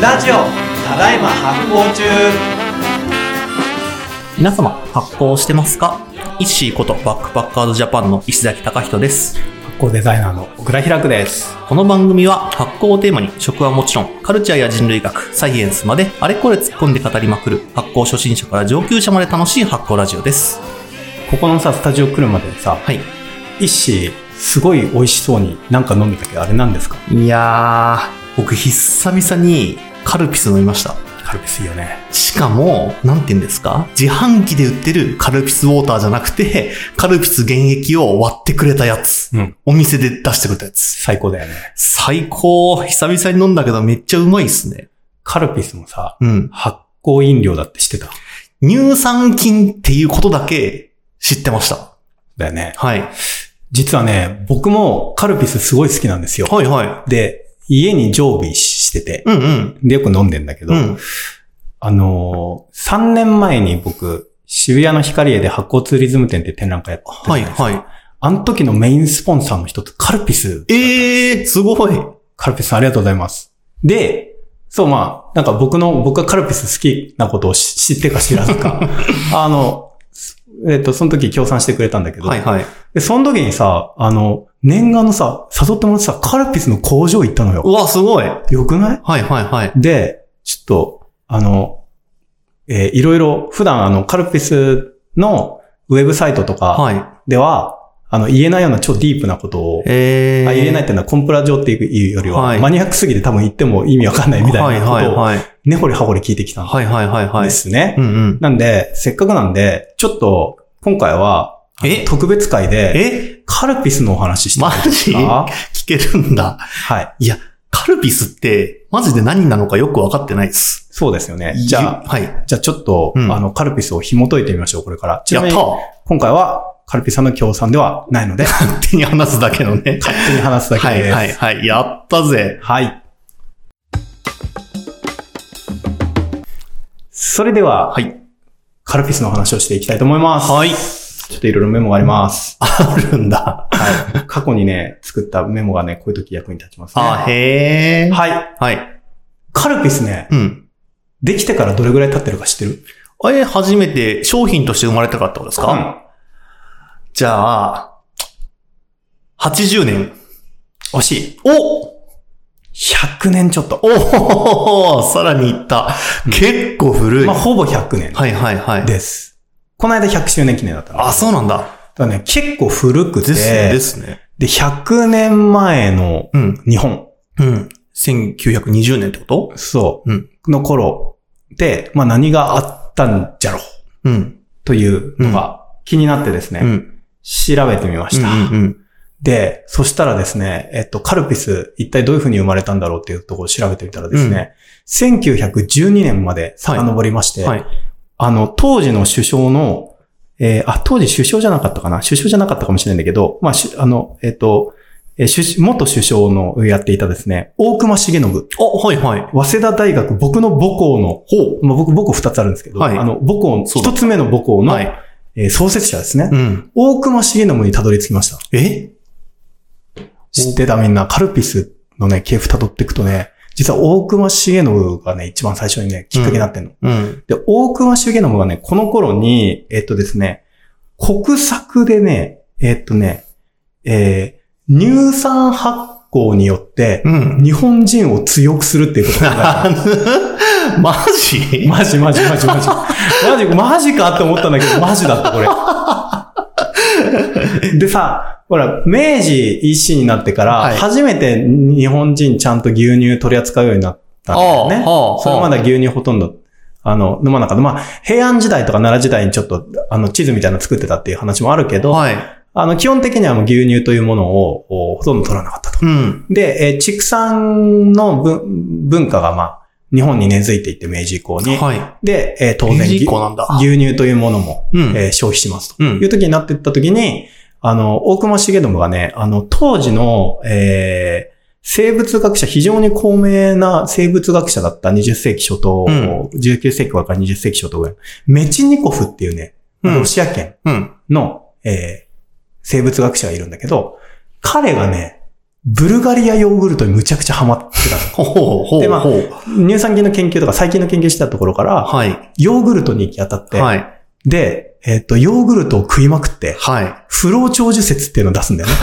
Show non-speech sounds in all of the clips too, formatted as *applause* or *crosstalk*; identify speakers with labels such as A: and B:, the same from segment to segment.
A: ラジオただいま発行中
B: 皆様発行してますかイッシーことバックパッカードジャパンの石崎隆人です
C: 発行デザイナーの小倉開くです。
B: この番組は発行をテーマに食はもちろんカルチャーや人類学サイエンスまであれこれ突っ込んで語りまくる発行初心者から上級者まで楽しい発行ラジオです
C: ここのさ、スタジオ来るまでさ、
B: はい
C: 一子、すごい美味しそうになんか飲んでたけど、あれ何ですか
B: いやー僕久々にカルピス飲みました
C: カルピスいいよね。
B: しかも、なんて言うんですか自販機で売ってるカルピスウォーターじゃなくて、カルピス原液を割ってくれたやつ。
C: うん。
B: お店で出してくれたやつ。
C: 最高だよね。
B: 最高。久々に飲んだけどめっちゃうまいっすね。
C: カルピスもさ、
B: うん。
C: 発酵飲料だって知ってた。
B: 乳酸菌っていうことだけ知ってました。
C: だよね。
B: はい。
C: 実はね、僕もカルピスすごい好きなんですよ。
B: はいはい。
C: で、家に常備してて、
B: うんうん。
C: で、よく飲んでんだけど、
B: うん。
C: あのー、3年前に僕、渋谷の光栄で発酵ツーリズム展って展覧会やってた
B: はい
C: じゃないですか
B: は
C: あの時のメインスポンサーの一つ、カルピス。
B: い。えー、すごい。
C: カルピスさんありがとうございます。で、そうまあ、なんか僕の、僕がカルピス好きなことを知知ってか知らず
B: *laughs*
C: か、あの、えっと、その時協賛してくれたんだけど、
B: はいはい。
C: で、その時にさ、あの、念願のさ、誘ってもらってさ、カルピスの工場行ったの
B: う
C: よ。
B: わ、すごい。はい
C: よくない
B: はいはい。
C: で、ちょっと、あの、えーいろいろ、普段あの、カルピスのウェブサイトとか
B: は
C: では、あの、言えないような超ディープなことを
B: い。、えー。
C: あ、言えないっていうのはコンプラ上っていうよりは、
B: はい
C: マニアックすぎて多分言っても意味わかんないみたいな
B: はい
C: こ
B: はい
C: とを、
B: はい。
C: ねほりはほり聞いてきたん
B: はいはいはいは
C: で
B: い。
C: すね。
B: うんうん。
C: なんで、せっかくなんで、ちょっと、今回は、
B: え
C: 特別会で、
B: え
C: カルピスのお話して
B: マ
C: いいです
B: ジ
C: か
B: 聞けるんだ。
C: はい。
B: カルピスって、マジで何なのかよくわかってないです。
C: そうですよね。じゃあ、
B: あ、はい。やっ
C: じゃあちょっと、
B: うん
C: あの、カルピスを紐解いてみましょう、これから。ち
B: た
C: なみに、
B: 勝
C: 今回は、カルピスさんの協賛ではないので、
B: 手に話すだけのね。
C: 勝手に話すだけ
B: は
C: で
B: い
C: す。
B: はいはい。やったぜ。
C: はい。それでは、
B: はい。
C: カルピスの話をしていきたいと思います。
B: はい。
C: ちょっといろいろメモが *laughs* あります。
B: あるんだ。
C: はい。過去にね、作ったメモがね、こういう時役に立ちますね。
B: あ、へー。
C: はい。
B: はい。
C: カルピスね、
B: うん。
C: できてからどれぐらい経ってるか知ってる
B: あれ、初めて商品として生まれたかったことですか、じゃあ、80年。
C: うん。惜しい。
B: お
C: 100年ちょっと。
B: おーさらにいった。結構古い。
C: まあ、ほぼ100年
B: はいはいはい。
C: です。この間100周年記念だったの
B: あ、そうなんだ。
C: だからね、結構古くて、
B: ですね、ですね。
C: で、100年前の
B: うん。
C: 日本、
B: うん。1920年ってこと
C: そう、
B: うん
C: の頃で、まあ何があったんじゃろう
B: うん。
C: というのが気になってですね、
B: うん。
C: 調べてみました。
B: うん。
C: で、そしたらですね、えっと、カルピス一体どういう風に生まれたんだろうっていうところを調べてみたらですね、1912年まで遡りまして、
B: はい。
C: あの、当時の首相の、えーあ、当時首相じゃなかったかな首相じゃなかったかもしれないんだけど、まあ、しあの、えっと、えー首元首相のやっていたですね、大隈重信、
B: あ、はいはい。
C: 早稲田大学、僕の母校の、まあ、僕母校二つあるんですけど、
B: はい
C: あの、母校、
B: そうだ
C: 一つ目の母校の、
B: はい。
C: えー創設者ですね、
B: うん。
C: 大隈重信にたどり着きました。
B: え
C: 知ってたみんな、カルピスのね、系譜辿っていくとね、実は大隈重信がね、一番最初にね、きっかけになってんの。
B: うん。
C: で、大隈重信がね、この頃に、えっとですね、国策でね、えっとね、えー、乳酸発酵によって、
B: うん。
C: 日本人を強くするっていうことが、
B: あのマジ
C: マジマジマジマジ。マジ、マジかって思ったんだけど、マジだった、これ。でさ、ほら、明治維新になってから、
B: はい
C: 初めて日本人ちゃんと牛乳取り扱うようになったんだよね。
B: ああ
C: それまだ牛乳ほとんど、あの、飲まなかった。まあ、平安時代とか奈良時代にちょっと、あの、地図みたいなの作ってたっていう話もあるけど、
B: はい。
C: あの、基本的にはもう牛乳というものをおほとんど取らなかったと。
B: うん。
C: で、えー畜産の文文化が、まあ、日本に根付いていって、明治以降に。
B: は
C: で、えー当
B: い。
C: 然
B: 明治
C: 牛
B: 以、降なんだ。
C: 牛乳というものも、
B: うん。
C: えー消費しますと。
B: う
C: い
B: ん。
C: う時になっていった時に、あの、大隈重信がね、あの、当時の、えー生物学者、非常に高名な生物学者だった20世紀初頭、
B: うん
C: 19世紀後半から20世紀初頭ぐらい、メチニコフっていうね、
B: うん
C: ロシア圏
B: うん。
C: の、えー生物学者がいるんだけど、彼がね、ブルガリアヨーグルトにむちゃくちゃハマってってた
B: ほ
C: の。
B: うほうほう。
C: でまあ
B: ほう *laughs*
C: 乳酸菌の研究とか細菌の研究してたところから、
B: はい。
C: ヨーグルトに行き当たって、
B: はい。
C: で、えっ、と、ヨーグルトを食いまくって、
B: は
C: 不老長寿説っていうのを出すんだよね。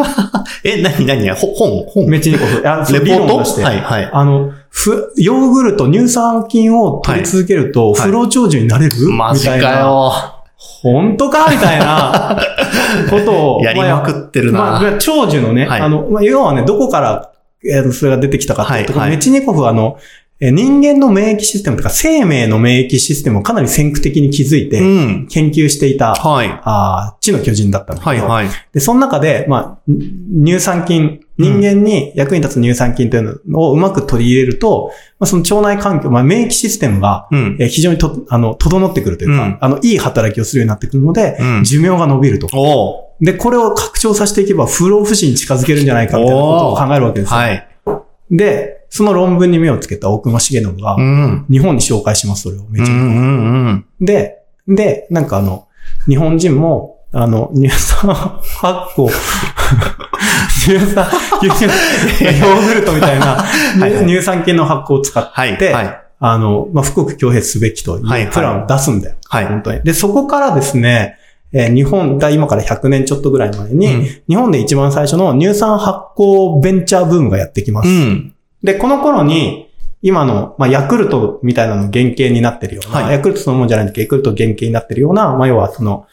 B: い。え、なになにほ本本
C: メチニコフ。あ、そう
B: レポ
C: 理論
B: ート
C: を出して。
B: はいはい。
C: あの、ふ、ヨーグルト、乳酸菌を取り続けると、
B: はい
C: 不老長寿になれる、
B: マ
C: み
B: ジ
C: たい
B: か
C: な。
B: よ。
C: 本当かみた
B: *laughs*
C: いな、ことを。
B: やりまくってるな。
C: まあ、まあ長寿のね、
B: はい
C: あの、まあ、要はね、どこから、えーそれが出てきたかっていうところ、
B: はいはい
C: メチニコフはあの、えー人間の免疫システムとか、生命の免疫システムをかなり先駆的に気づいて、
B: うん。
C: 研究していた、
B: はい。
C: あー知の巨人だったんだけど、
B: はいはい。
C: で、その中で、まあ、ん乳酸菌、人間に役に立つ乳酸菌というのをうまく取り入れると、まあ、その腸内環境、まあ、免疫システムが、
B: うん。
C: えー非常にと、あの、整ってくるというか、
B: うん
C: あの、いい働きをするようになってくるので、
B: うん
C: 寿命が伸びると。
B: おう
C: で、これを拡張させていけば、不老不死に近づけるんじゃないかみたいなことを考えるわけですよ。
B: はい。
C: で、その論文に目をつけた大熊重信が
B: う、ん。
C: 日本に紹介します、それを。め
B: うん
C: ち
B: う
C: ゃくちゃ
B: んうん。
C: で、で、なんかあの、日本人も、あの、乳酸発酵、 *laughs* 乳酸、牛乳ヨーグルトみたいな、
B: いはい
C: 乳酸菌の発酵を使っ
B: はい。
C: て、
B: はい。
C: あの、まあ、富国強兵すべきとい
B: はいはいう
C: プランを出すんだよ。
B: はい。
C: 本当に。で、そこからですね、えー日本、だ今から100年ちょっとぐらい前に、
B: うん
C: 日本で一番最初の乳酸発酵ベンチャーブームがやってきます。
B: うん。
C: で、この頃に、今の、まあ、ヤクルトみたいなの原型になってるような、
B: はい
C: ヤクルトそのもんじゃないんだけど、ヤクルト原型になってるような、まあ、要はその、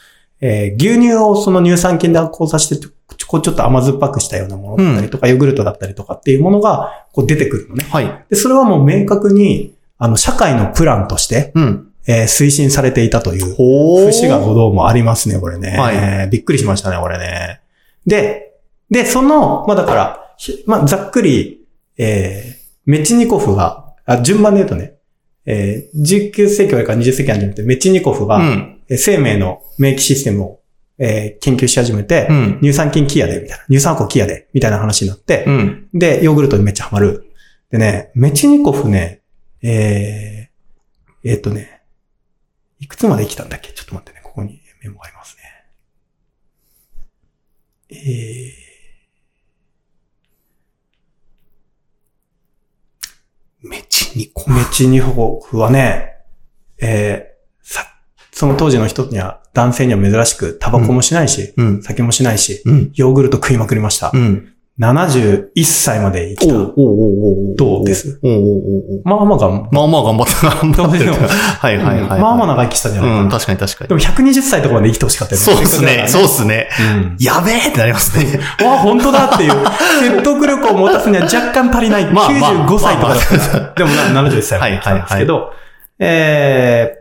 C: えー牛乳をその乳酸菌で発酵させて、ちょこうちょっと甘酸っぱくしたようなものだったりとか、ヨーグルトだったりとかっていうものが、こう出てくるのね。
B: はい。
C: で、それはもう明確に、あの、社会のプランとして、
B: うん。
C: えー推進されていたという、
B: ほ
C: 節がごどうもありますね、これね。
B: はい
C: えーびっくりしましたね、これね。で、で、その、まあだから、ひまあざっくり、えー、メチニコフが、あ、順番で言うとね、えー、19世紀よりから20世紀なんじゃなくて、メチニコフが、
B: うん。
C: えー生命の免疫システムを、えー研究し始めて、
B: うん。
C: 乳酸菌キアで、みたいな。乳酸発酵キアで、みたいな話になって、
B: うん。
C: で、ヨーグルトにめっちゃハマる。でね、メチニコフね、えー、えーっとね、いくつまで生きたんだっけちょっと待ってね、ここにメモがありますね。え
B: めちにこ
C: ー、メチニコフはね、えー、さ、その当時の人には、男性には珍しく、タバコもしないし、
B: うん。
C: 酒もしないし、
B: うん。
C: ヨーグルト食いまくりました。
B: うん。
C: 71歳まで
B: お
C: 生き
B: う
C: た。
B: おうおうおう
C: どうです
B: おうおうおうおう
C: まあまあが、
B: まあまあ頑張った。頑張ってる。
C: どうでしょう
B: はいはいはいはい。
C: まあまあ長生きしたんじゃないかな。
B: うん、確かに確か
C: で
B: に。
C: も120歳とかまで生きてほしかったよね。
B: そうですね。そうですね。
C: うん。
B: やべえってなりますね。
C: わあ、本当だっていう。説得力を持たすには若干足りない。
B: まあまあ
C: 95歳とかだった
B: まあ
C: ら。 *laughs* でもな70歳まで来たんですけど。え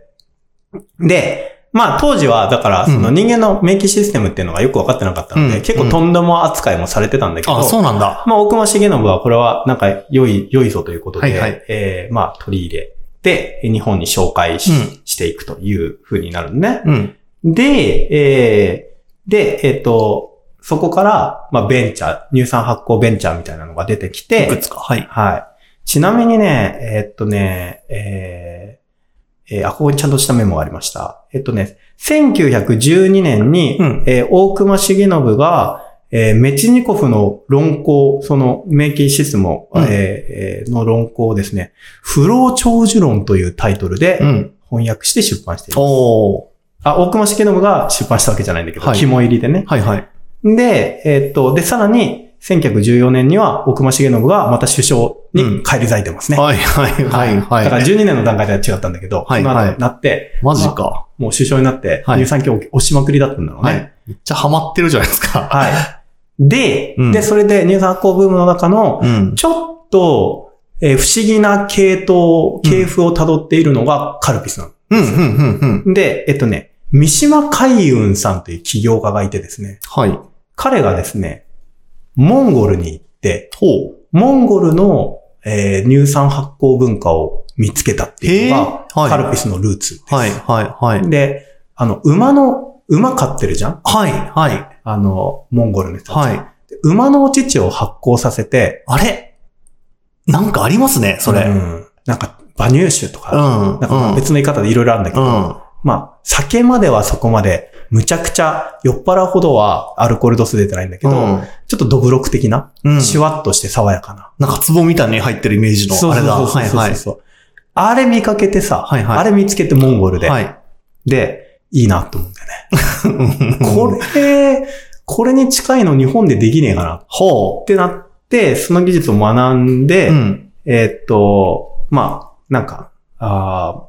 C: ー、で、まあ当時は、だから、その
B: うん
C: 人間の免疫システムっていうのがよく分かってなかったので、
B: うん
C: 結構とんでも扱いもされてたんだけど、
B: あ、そうなんだ。
C: まあ、大熊重信はこれはなんか良い、良いぞということで、
B: はいはい
C: えーまあ取り入れて、日本に紹介し,、
B: うん
C: ていくという風になるのね。
B: うん。
C: で、えーで、えっ、と、そこから、まあ、ベンチャー、乳酸発酵ベンチャーみたいなのが出てき
B: いく
C: て、
B: つか。はい。
C: はい。ちなみにね、えっとね、えーえーあ、ここにちゃんとしたメモがありました。えっとね、1912年に、
B: うん
C: えー大隈重信が、えーメチニコフの論考、その免疫システムを、
B: うん
C: えーえーの論考をですね、不老長寿論というタイトル
B: う
C: で
B: ん。
C: 翻訳して出版しています。
B: おー。
C: あ、大熊重信が出版したわけじゃないんだけど、
B: はい
C: 肝入りでね。
B: はいはい。
C: で、えっと、で、さらに、1914年には大熊重信がまた首相に返り咲いてますね。
B: はいはいはいはい。
C: だから12年の段階では違ったんだけど、
B: はい
C: 今
B: はい
C: なって、
B: マジか。
C: もう首相になって、
B: はい
C: 乳酸菌を押しまくりだったんだろう
B: は
C: ね。
B: い。めっちゃハマってるじゃないですか。
C: はい。で、
B: うん
C: で、それで乳酸発酵ブームの中の、
B: うん。
C: ちょっと、えー不思議な系統、系譜を辿っているのがカルピスなの。
B: うん、うん、うん、うん。
C: で、えっとね、三島海運さんという起業家がいてですね、
B: はい。
C: 彼がですね、モンゴルに行って、
B: ほう。
C: モンゴルの、えー乳酸発酵文化を見つけたっていうの
B: へーは
C: が、
B: い
C: カルピスのルーツです。
B: はい、はい、はい。
C: で、あの、馬の、馬飼ってるじゃん
B: はい、はい、
C: あの、モンゴルの人たち。
B: はい。
C: で馬のお乳を発酵させて、
B: あれなんかありますね、それ。
C: う
B: うん。
C: ん、なんか、馬乳酒と
B: う
C: か、
B: ん。
C: なんか別の言い方でいろいろあるんだけ
B: う
C: ど、
B: ん。
C: まあ、酒まではそこまでむちゃくちゃ酔っ払うほどはアルコール度数出てないんだけど、
B: うん
C: ちょっとドブロク的な、
B: うん。
C: シュワッとして爽やかな。
B: なんか壺みたいに入ってるイメージの
C: そう
B: あ
C: そう
B: れだ。
C: そうそう
B: はいはい。
C: そうそうあれ見かけてさ、
B: はいはい
C: あれ見つけてモンゴルで、
B: はい。
C: で、いいなと思うんだよね。
B: こ
C: これ、これに近いの日本でできねえかな
B: ほ
C: ってなって、その技術を学んで、
B: う。うん。
C: えーっと、まあ、なんか、あ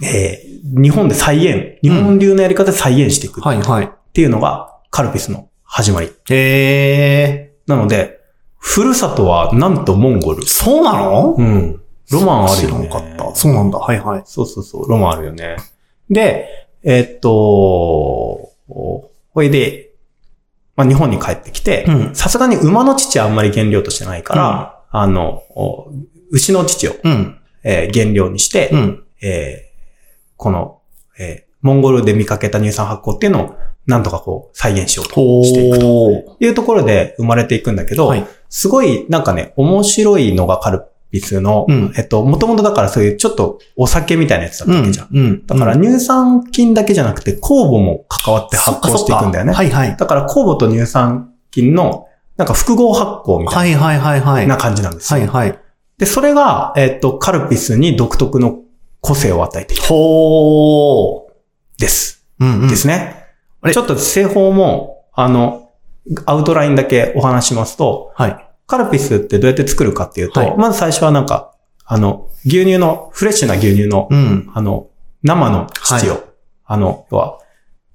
C: ーえー日本で再現、日本流のやり方で再現していく
B: はいはい。
C: っていうのがカルピスの始まり。
B: え
C: なので、ふるさとはなんとモンゴル
B: ー、。そうなの
C: うん。ロマンあるよね。
B: 知らなかった。そうなんだ。はいはい。
C: そうそうそう、ロマンあるよね。で、えーっと、ほいで、まあ、日本に帰ってきて
B: う、ん
C: さすがに馬の乳はあんまり原料としてないから、あの、お牛の乳を、
B: うん。
C: えー原料にして、
B: うん。
C: えーこの、えーモンゴルで見かけた乳酸発酵っていうのを、なんとかこう、再現しようと
B: ほ
C: していく
B: う。
C: いうところで生まれていくんだけど、
B: はい
C: すごい、なんかね、面白いのがカルピスの、
B: うん
C: えっと、もともとだからそういうちょっとお酒みたいなやつだっ
B: う
C: たわ
B: ん
C: けじゃん。。
B: うん。
C: だから
B: うん、
C: 乳酸菌だけじゃなくて酵母も関わって発酵していくんだよね。
B: そっかそっかはいはい。
C: だから酵母と乳酸菌のなんか複合発酵みた
B: はいいはいはいはい。
C: な感じなんです
B: は
C: よ。
B: いはい。
C: で、それが、えっと、カルピスに独特の個性を与えている。
B: ほう。
C: です。
B: うんうん。
C: ですね
B: あ。れ
C: ちょっと製法も、あの、アウトラインだけお話しますと、
B: はい。
C: カルピスってどうやって作るかっていうと、
B: はい
C: まず最初はなんか、あの、牛乳の、フレッシュな牛乳の、
B: うん。
C: あの、生の乳を、あの、要は、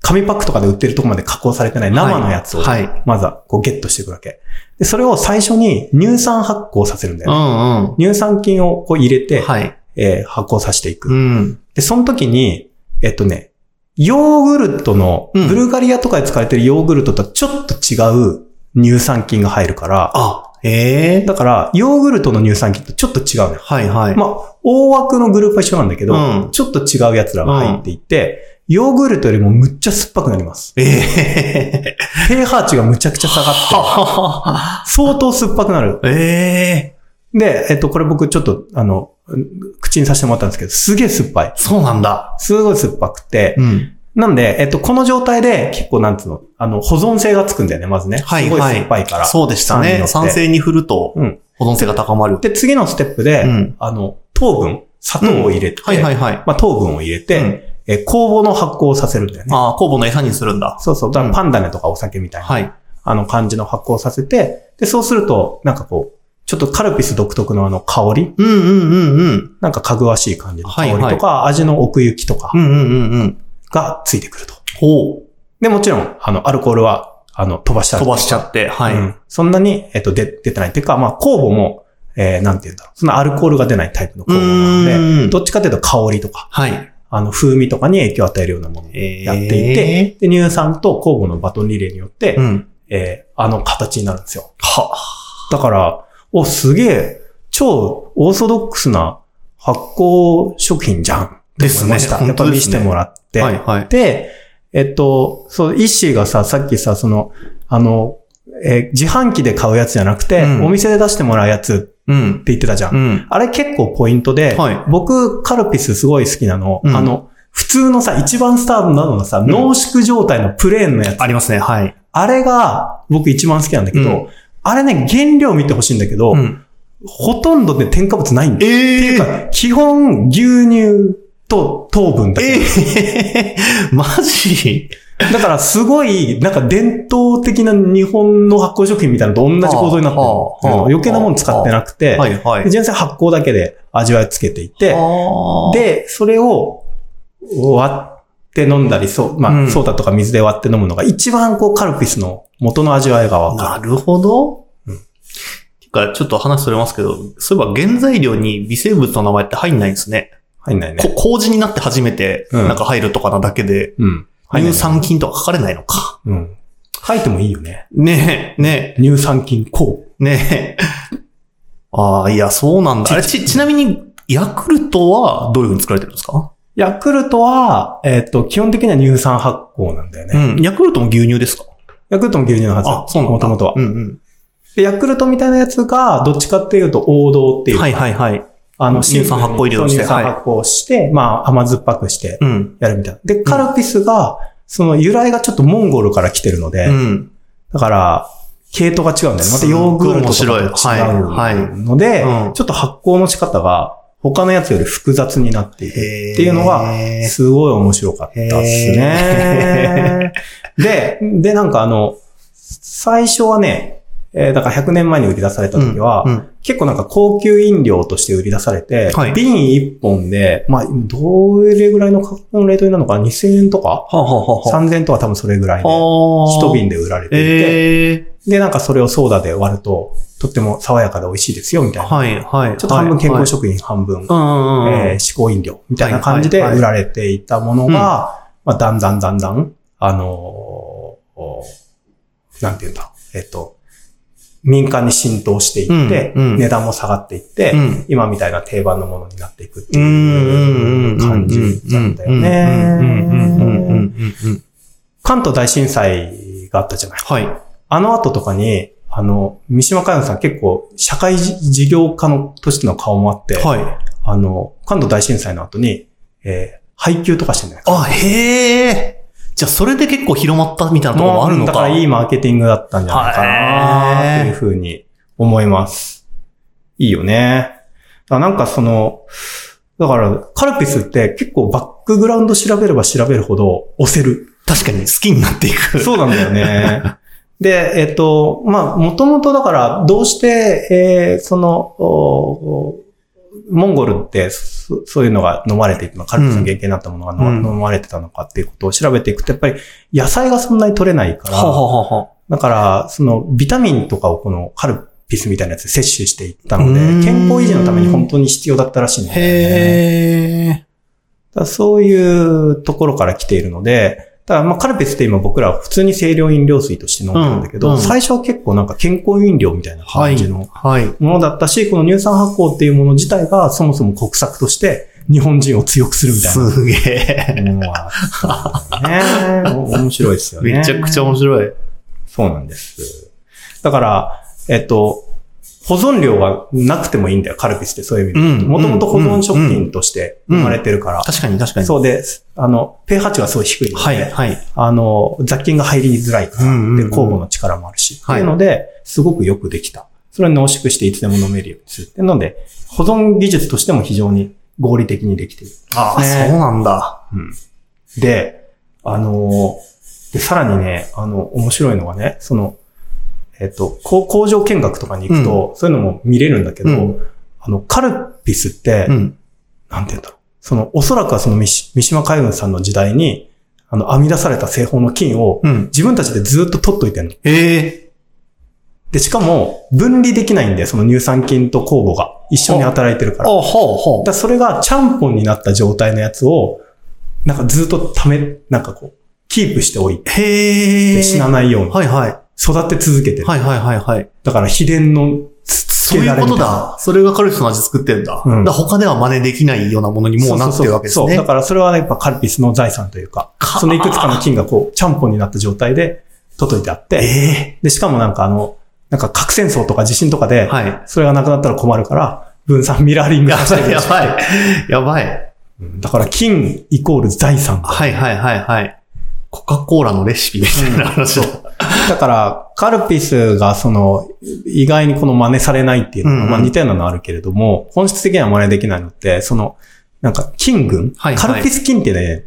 C: 紙パックとかで売ってるとこまで加工されてない生のやつを、
B: はい。はい
C: まずはこうゲットしていくわけ。で、それを最初に乳酸発酵させるんだ
B: う
C: よね。
B: んうん。
C: 乳酸菌をこう入れて、
B: はい。
C: えー発酵させていく。
B: うん。
C: で、その時に、えっとね、ヨーグルトの、
B: うん
C: ブルガリアとかで使われてるヨーグルトとはちょっと違う乳酸菌が入るから、
B: あ、ええ。
C: だから、ヨーグルトの乳酸菌とちょっと違うのよ。
B: はいはい。
C: まあ、大枠のグループは一緒なんだけど、
B: うん
C: ちょっと違う奴らが入っていて、ヨーグルトよりもむっちゃ酸っぱくなり
B: *laughs*
C: ます。
B: ええ。
C: pH 値がむちゃくちゃ下がって、 *laughs* 相当酸っぱくなる。
B: ええ。
C: で、えっと、これ僕ちょっと、あの、口にさせてもらったんですけど、すげえ酸っぱい。
B: そうなんだ。
C: すごい酸っぱくて、
B: うん。
C: なんで、えっと、この状態で結構なんつうの、あの、保存性がつくんだよね、まずね。
B: はい
C: すごい
B: はい
C: 酸っぱいから。
B: そうでしたね。
C: 酸に
B: 酸
C: よって
B: 性に振ると
C: うん、
B: 保存性が高まる。
C: で、次のステップで、
B: うん
C: あの、糖分、砂糖を入れて、
B: はいはいはい。
C: まあ、糖分を入れて、
B: うん
C: えー酵母の発酵をさせるんだよね。
B: ああ、酵母の餌にするんだ。
C: そうそう。だか
B: う
C: ら
B: ん
C: パンダネとかお酒みたいな、
B: はい。
C: あの感じの発酵をさせて、で、そうすると、なんかこう、ちょっとカルピス独特のあの香り、
B: うんうんうんうん。
C: なんかかぐわしい感じの香りとか、
B: はい
C: 味の奥行きとか
B: うんうんうんうん。
C: がついてくると。
B: ほう。
C: で、もちろん、あの、アルコールは、あの、飛ばした
B: 飛ばしちゃって。はい。
C: うんそんなに、えっと、で出てないっていうか、まあ、酵母も、えー、なんて言うんだろう。そんなアルコールが出ないタイプの酵母なの
B: うーん
C: で、どっちかというと香りとか、
B: はい。
C: あの、風味とかに影響を与えるようなものを
B: え
C: やっていて、で乳酸と酵母のバトンリレーによって、
B: うん。
C: えーあの形になるんですよ。
B: は。
C: だから、お、すげえ、超オーソドックスな発酵食品じゃん。って
B: です
C: 思い
B: ね。
C: ました。や
B: 本
C: っぱ
B: 当で
C: 見
B: す
C: せ
B: ね
C: てもらって。
B: はいはい。
C: で、えっと、そう、イッシーがさ、さっきさ、その、あの、えー自販機で買うやつじゃなくて、
B: うん
C: お店で出してもらうやつって
B: うん。
C: 言ってたじゃん。
B: うん。
C: あれ結構ポイントで、
B: はい
C: 僕、カルピスすごい好きなの、
B: うん
C: あの、普通のさ、一番スターなのがさ、濃縮状態のプレーンのやつ。
B: ありますね。はい。
C: あれが、僕一番好きなんだけど、
B: うん
C: あれね、原料見てほしいんだけど、
B: うん。
C: ほとんどね、添加物ないんだよ。
B: え
C: っていうか基本、牛乳と糖分だけ。
B: ええーマジ
C: だからすごい、なんか伝統的な日本の発酵食品みたいなのと同じ構造になってる
B: はあはあ
C: うん余計なもの使ってなくて、
B: はいはい
C: で。純粋に発酵だけで味わいをつけていて、
B: で、
C: で、それを割って飲んだり、そう、まあ、
B: うん
C: ソーダとか水で割って飲むのが一番こうカルピスの元の味わいがわ
B: な
C: か
B: るほど。
C: うん
B: てか、ちょっと話それますけど、そういえば原材料に微生物の名前って入んないんですね。
C: る。入んないね
B: こ。麹になって初めて、
C: うん
B: なんか入るとかなだけで、
C: うん。入んないね
B: 乳酸菌とか書かれないのか。
C: うん。書いてもいいよね。
B: *laughs* ねえ、ね
C: 乳酸菌こう。
B: え、ねえ。ああ、いや、そうなんだ。あれ、ち、ちなみに、ヤクルトはどういう風に作られてるんですか
C: ヤクルトは、えっ、と、基本的には乳酸発酵なんだよね。
B: うん。ヤクルトも牛乳ですか
C: ヤクルトも牛乳のはず。
B: あ、そうなんだ。
C: もともとは
B: う。ん
C: で、ヤクルトみたいなやつが、どっちかっていうと王道って
B: う
C: い
B: ん。
C: う。
B: はいはいはい。
C: あの、
B: 乳酸発酵入れをして
C: 乳酸発酵して、まあ、甘酸っぱくして
B: うん。
C: やるみたいな。で、カルピスが、その由来がちょっとモンゴルから来てるので、
B: うん。
C: だから、系統が違うんだよね。ますた
B: っごい
C: ヨーグルト
B: 面
C: とか
B: 白いは
C: と
B: い
C: 違
B: は
C: うので
B: うん、
C: ちょっと発酵の仕方が他のやつより複雑になっている
B: て
C: っていうのが、すごい面白かったですね。で、で、なんかあの、最初はね、えーだから100年前に売り出された時は、
B: うんうん
C: 結構なんか高級飲料として売り出されて、
B: はい
C: 瓶1本で、まあ、どれぐらいの価格のレートになるのかな、2000円とか
B: はあ、はあはあはあ、
C: ?3000 円とか多分それぐらいで、
B: 一
C: 一瓶で売られていて、
B: ええ
C: で、なんかそれをソーダで割ると、とっても爽やかで美味しいですよ、みたいな。
B: はい、はい。
C: ちょっと半分健康
B: 食
C: 食品、半分
B: 品。うんうんうん。
C: えー、嗜好飲料みたいな感じで
B: はいはい
C: 売
B: は
C: られていたものが、まあ、だんだんだんだん、あのーおなんていうんだ、えっと、民間に浸透していって、
B: うんうん
C: 値段も下がっていって、
B: うん
C: 今みたいな定番のものになっていくって
B: う
C: い
B: ん
C: う感じなんだよ
B: うんうんうんうんうんうんうんうんうん
C: ね。
B: うん。
C: 関東大震災があったじゃない。
B: はい。
C: あの後とかに、あの、三島かやさん結構社会事業家のとしての顔もあって、
B: はい。
C: あの、関東大震災の後に、えー配給とかしてんじゃない
B: あ、へえ。じゃあ、それで結構広まったみたいなところもあるの
C: だか
B: か。
C: らいいマーケティングだったんじゃないかなっていうふうに思います。いいよね。だからなんかその、だから、カルピスって結構バックグラウンド調べれば調べるほど押せる。
B: 確かに好きになってい *laughs* く。
C: そうなんだよね。で、えっ、と、まあ、もともとだから、どうして、えーその、おおモンゴルってそ、そういうのが飲まれていくの、カルピスの原型になったものがの
B: うん
C: 飲まれてたのかっていうことを調べていくと、やっぱり野菜がそんなに取れないから、
B: はあはあはあは
C: だから、その、ビタミンとかをこのカルピスみたいなやつで摂取していったので
B: うーん、
C: 健康維持のために本当に必要だったらしいん
B: あ。
C: だよね。
B: へえ。
C: だからそういうところから来ているので、だからまあカルピスって今僕ら普通に清涼飲料水として飲んでるんだけ
B: う
C: ど、
B: んうん
C: 最初は結構なんか健康飲料みたいな
B: はい
C: 感じの。
B: はい。
C: ものだったし、この乳酸発酵っていうもの自体がそもそも国策として日本人を強くするみたいな。
B: すげえ。
C: ものはね、
B: *laughs*
C: お面白いですよね。
B: めちゃくちゃ面白い。
C: そうなんです。だから、えっと、保存量がなくてもいいんだよ、カルピスってそういう意味で。
B: うん
C: もともと保存食品として生まれてるから。
B: 確かに確かに。
C: そうです。あの、pH 値がすごい低いので、
B: はい、はい。
C: あの、雑菌が入りづらいから、
B: うんうんうん
C: で、酵母の力もあるし、
B: はい
C: っていうので、すごくよくできた。それを濃縮していつでも飲めるようにするっていうので、保存技術としても非常に合理的にできている。
B: ああ、
C: ね
B: そうなんだ。
C: で、あのーで、さらにね、あの、面白いのがね、その、えっと、こう工場見学とかに行くと、そういうのも見れるんだけど、
B: うん
C: あの、カルピスって、
B: うん。
C: なんて言うんだろう。その、おそらくはその三島三島海軍さんの時代に、あの、編み出された製法の菌を、
B: うん。
C: 自分たちでずっと取っといてんの。
B: ええ。
C: で、しかも、分離できないんで、その乳酸菌と酵母が一緒に働いてるから
B: あ、。はあ、は
C: だからそれがちゃんぽんになった状態のやつを、なんかずっとため、なんかこう、キープしておいて
B: あ。へえ。
C: 死なないように
B: はい、はい。
C: 育て続けてる。
B: はい、はい、はい、はい。
C: だから秘伝のつつ
B: そう
C: け
B: い
C: だ
B: う
C: れみ
B: こ
C: たい
B: と
C: な。
B: だ。それがカルピスの味作ってんだ。
C: うん
B: だから他では真似できないようなものにもうなってるわけです
C: そうそうそう
B: ね。
C: そうだからそれはやっぱカルピスの財産というか、
B: か
C: そのいくつかの菌がこう、ちゃんぽんになった状態で、届いてあって、
B: え
C: で、しかもなんかあの、なんか核戦争とか地震とか
B: え
C: で、
B: はい。
C: それがなくなったら困るから、分散ミラーリング
B: や
C: がして
B: ばい、
C: る
B: や。ばい。やばい。
C: うんだから菌イコール財産。
B: はい、はい、はい、はい。コカ・コーラのレシピみたいな話だ。
C: だから、カルピスがその、意外にこの真似されないっていうの
B: うんう
C: が、
B: ん
C: まあ似たようなのあるけれども、本質的には真似できないのって、その、なんか、菌群
B: はいはい
C: カルピス菌ってね、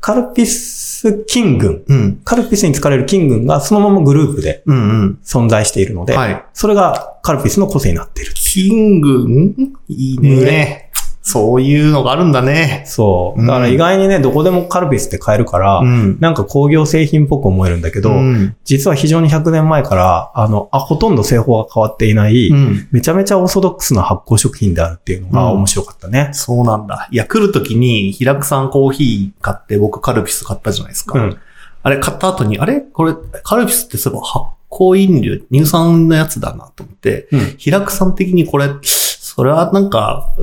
C: カルピス菌群。
B: うん。
C: カルピスに使われる菌群がそのままグループで
B: うん、うん。
C: 存在しているので、
B: はい。
C: それがカルピスの個性になっている。
B: キングンいい
C: 群
B: ね。そういうのがあるんだね。
C: そう。だから意外にね、どこでもカルピスって買えるから、
B: ん。
C: なんか工業製品っぽく思えるんだけど、
B: うん。
C: 実は非常に100年前から、あの、あ、ほとんど製法が変わっていない、
B: うん。
C: めちゃめちゃオーソドックスな発酵食品であるっていうのが
B: うん
C: 面白かったね。
B: そうなんだ。いや、来るときに、平久さんコーヒー買って、僕カルピス買ったじゃないですか。
C: うん
B: あれ買った後に、あれこれ、カルピスってそういえば発酵飲料、乳酸のやつだなと思って、
C: うん
B: 平久さん的にこれ、それはなんか、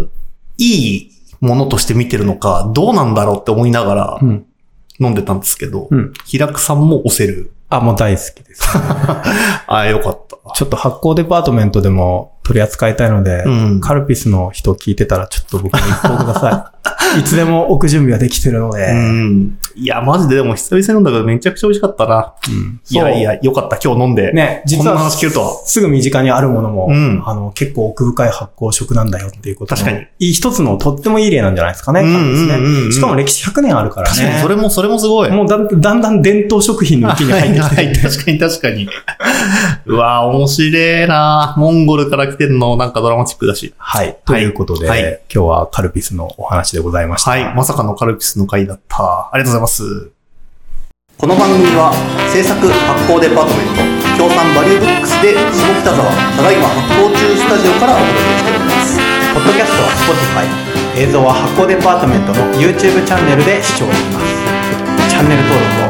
B: いいものとして見てるのか、どうなんだろうって思いながら
C: うん。
B: 飲んでたんですけど、
C: うん
B: 平久さんも押せる。
C: あ、もう大好きです。 *laughs*
B: ああ、よかった。
C: ちょっと発酵デパートメントでも、取り扱いたいので、
B: うん。
C: カルピスの人聞いてたら、ちょっと僕も一報くださ
B: *laughs*
C: い。いつでも置く準備はできてるので。
B: うん。いや、マジででも久々に飲んだけどめちゃくちゃ美味しかったな。
C: うん
B: いやいや、よかった。今日飲んで。
C: ね、実
B: こんな
C: は
B: 話聞けるとは
C: すぐ身近にあるものも、
B: うん
C: あの結構奥深い発酵食なんだよっていうことの
B: 確かに
C: いい一つのとってもいい例なんじゃないですかね。
B: うん
C: 多分ですね
B: うんうんうん
C: しかも歴史100年あるからね。
B: 確かに、それも、それもすごい。
C: もうだんだんだん伝統食品の域に入ってき
B: *laughs*
C: て
B: はい、はい確かに確かに。うわぁ、面白いなぁモンゴルから来てんの、なんかドラマチックだし。
C: はい。ということで、
B: はい
C: 今日はカルピスのお話でございました。
B: はい、まさかのカルピスの回だった。ありがとうございます。
D: この番組は制作発行デパートメント協賛バリューブックスで下北沢ただいま発行中スタジオからお届けしております
A: ポッドキャストは Spotify 映像は発行デパートメントの YouTube チャンネルで視聴できますチャンネル登録を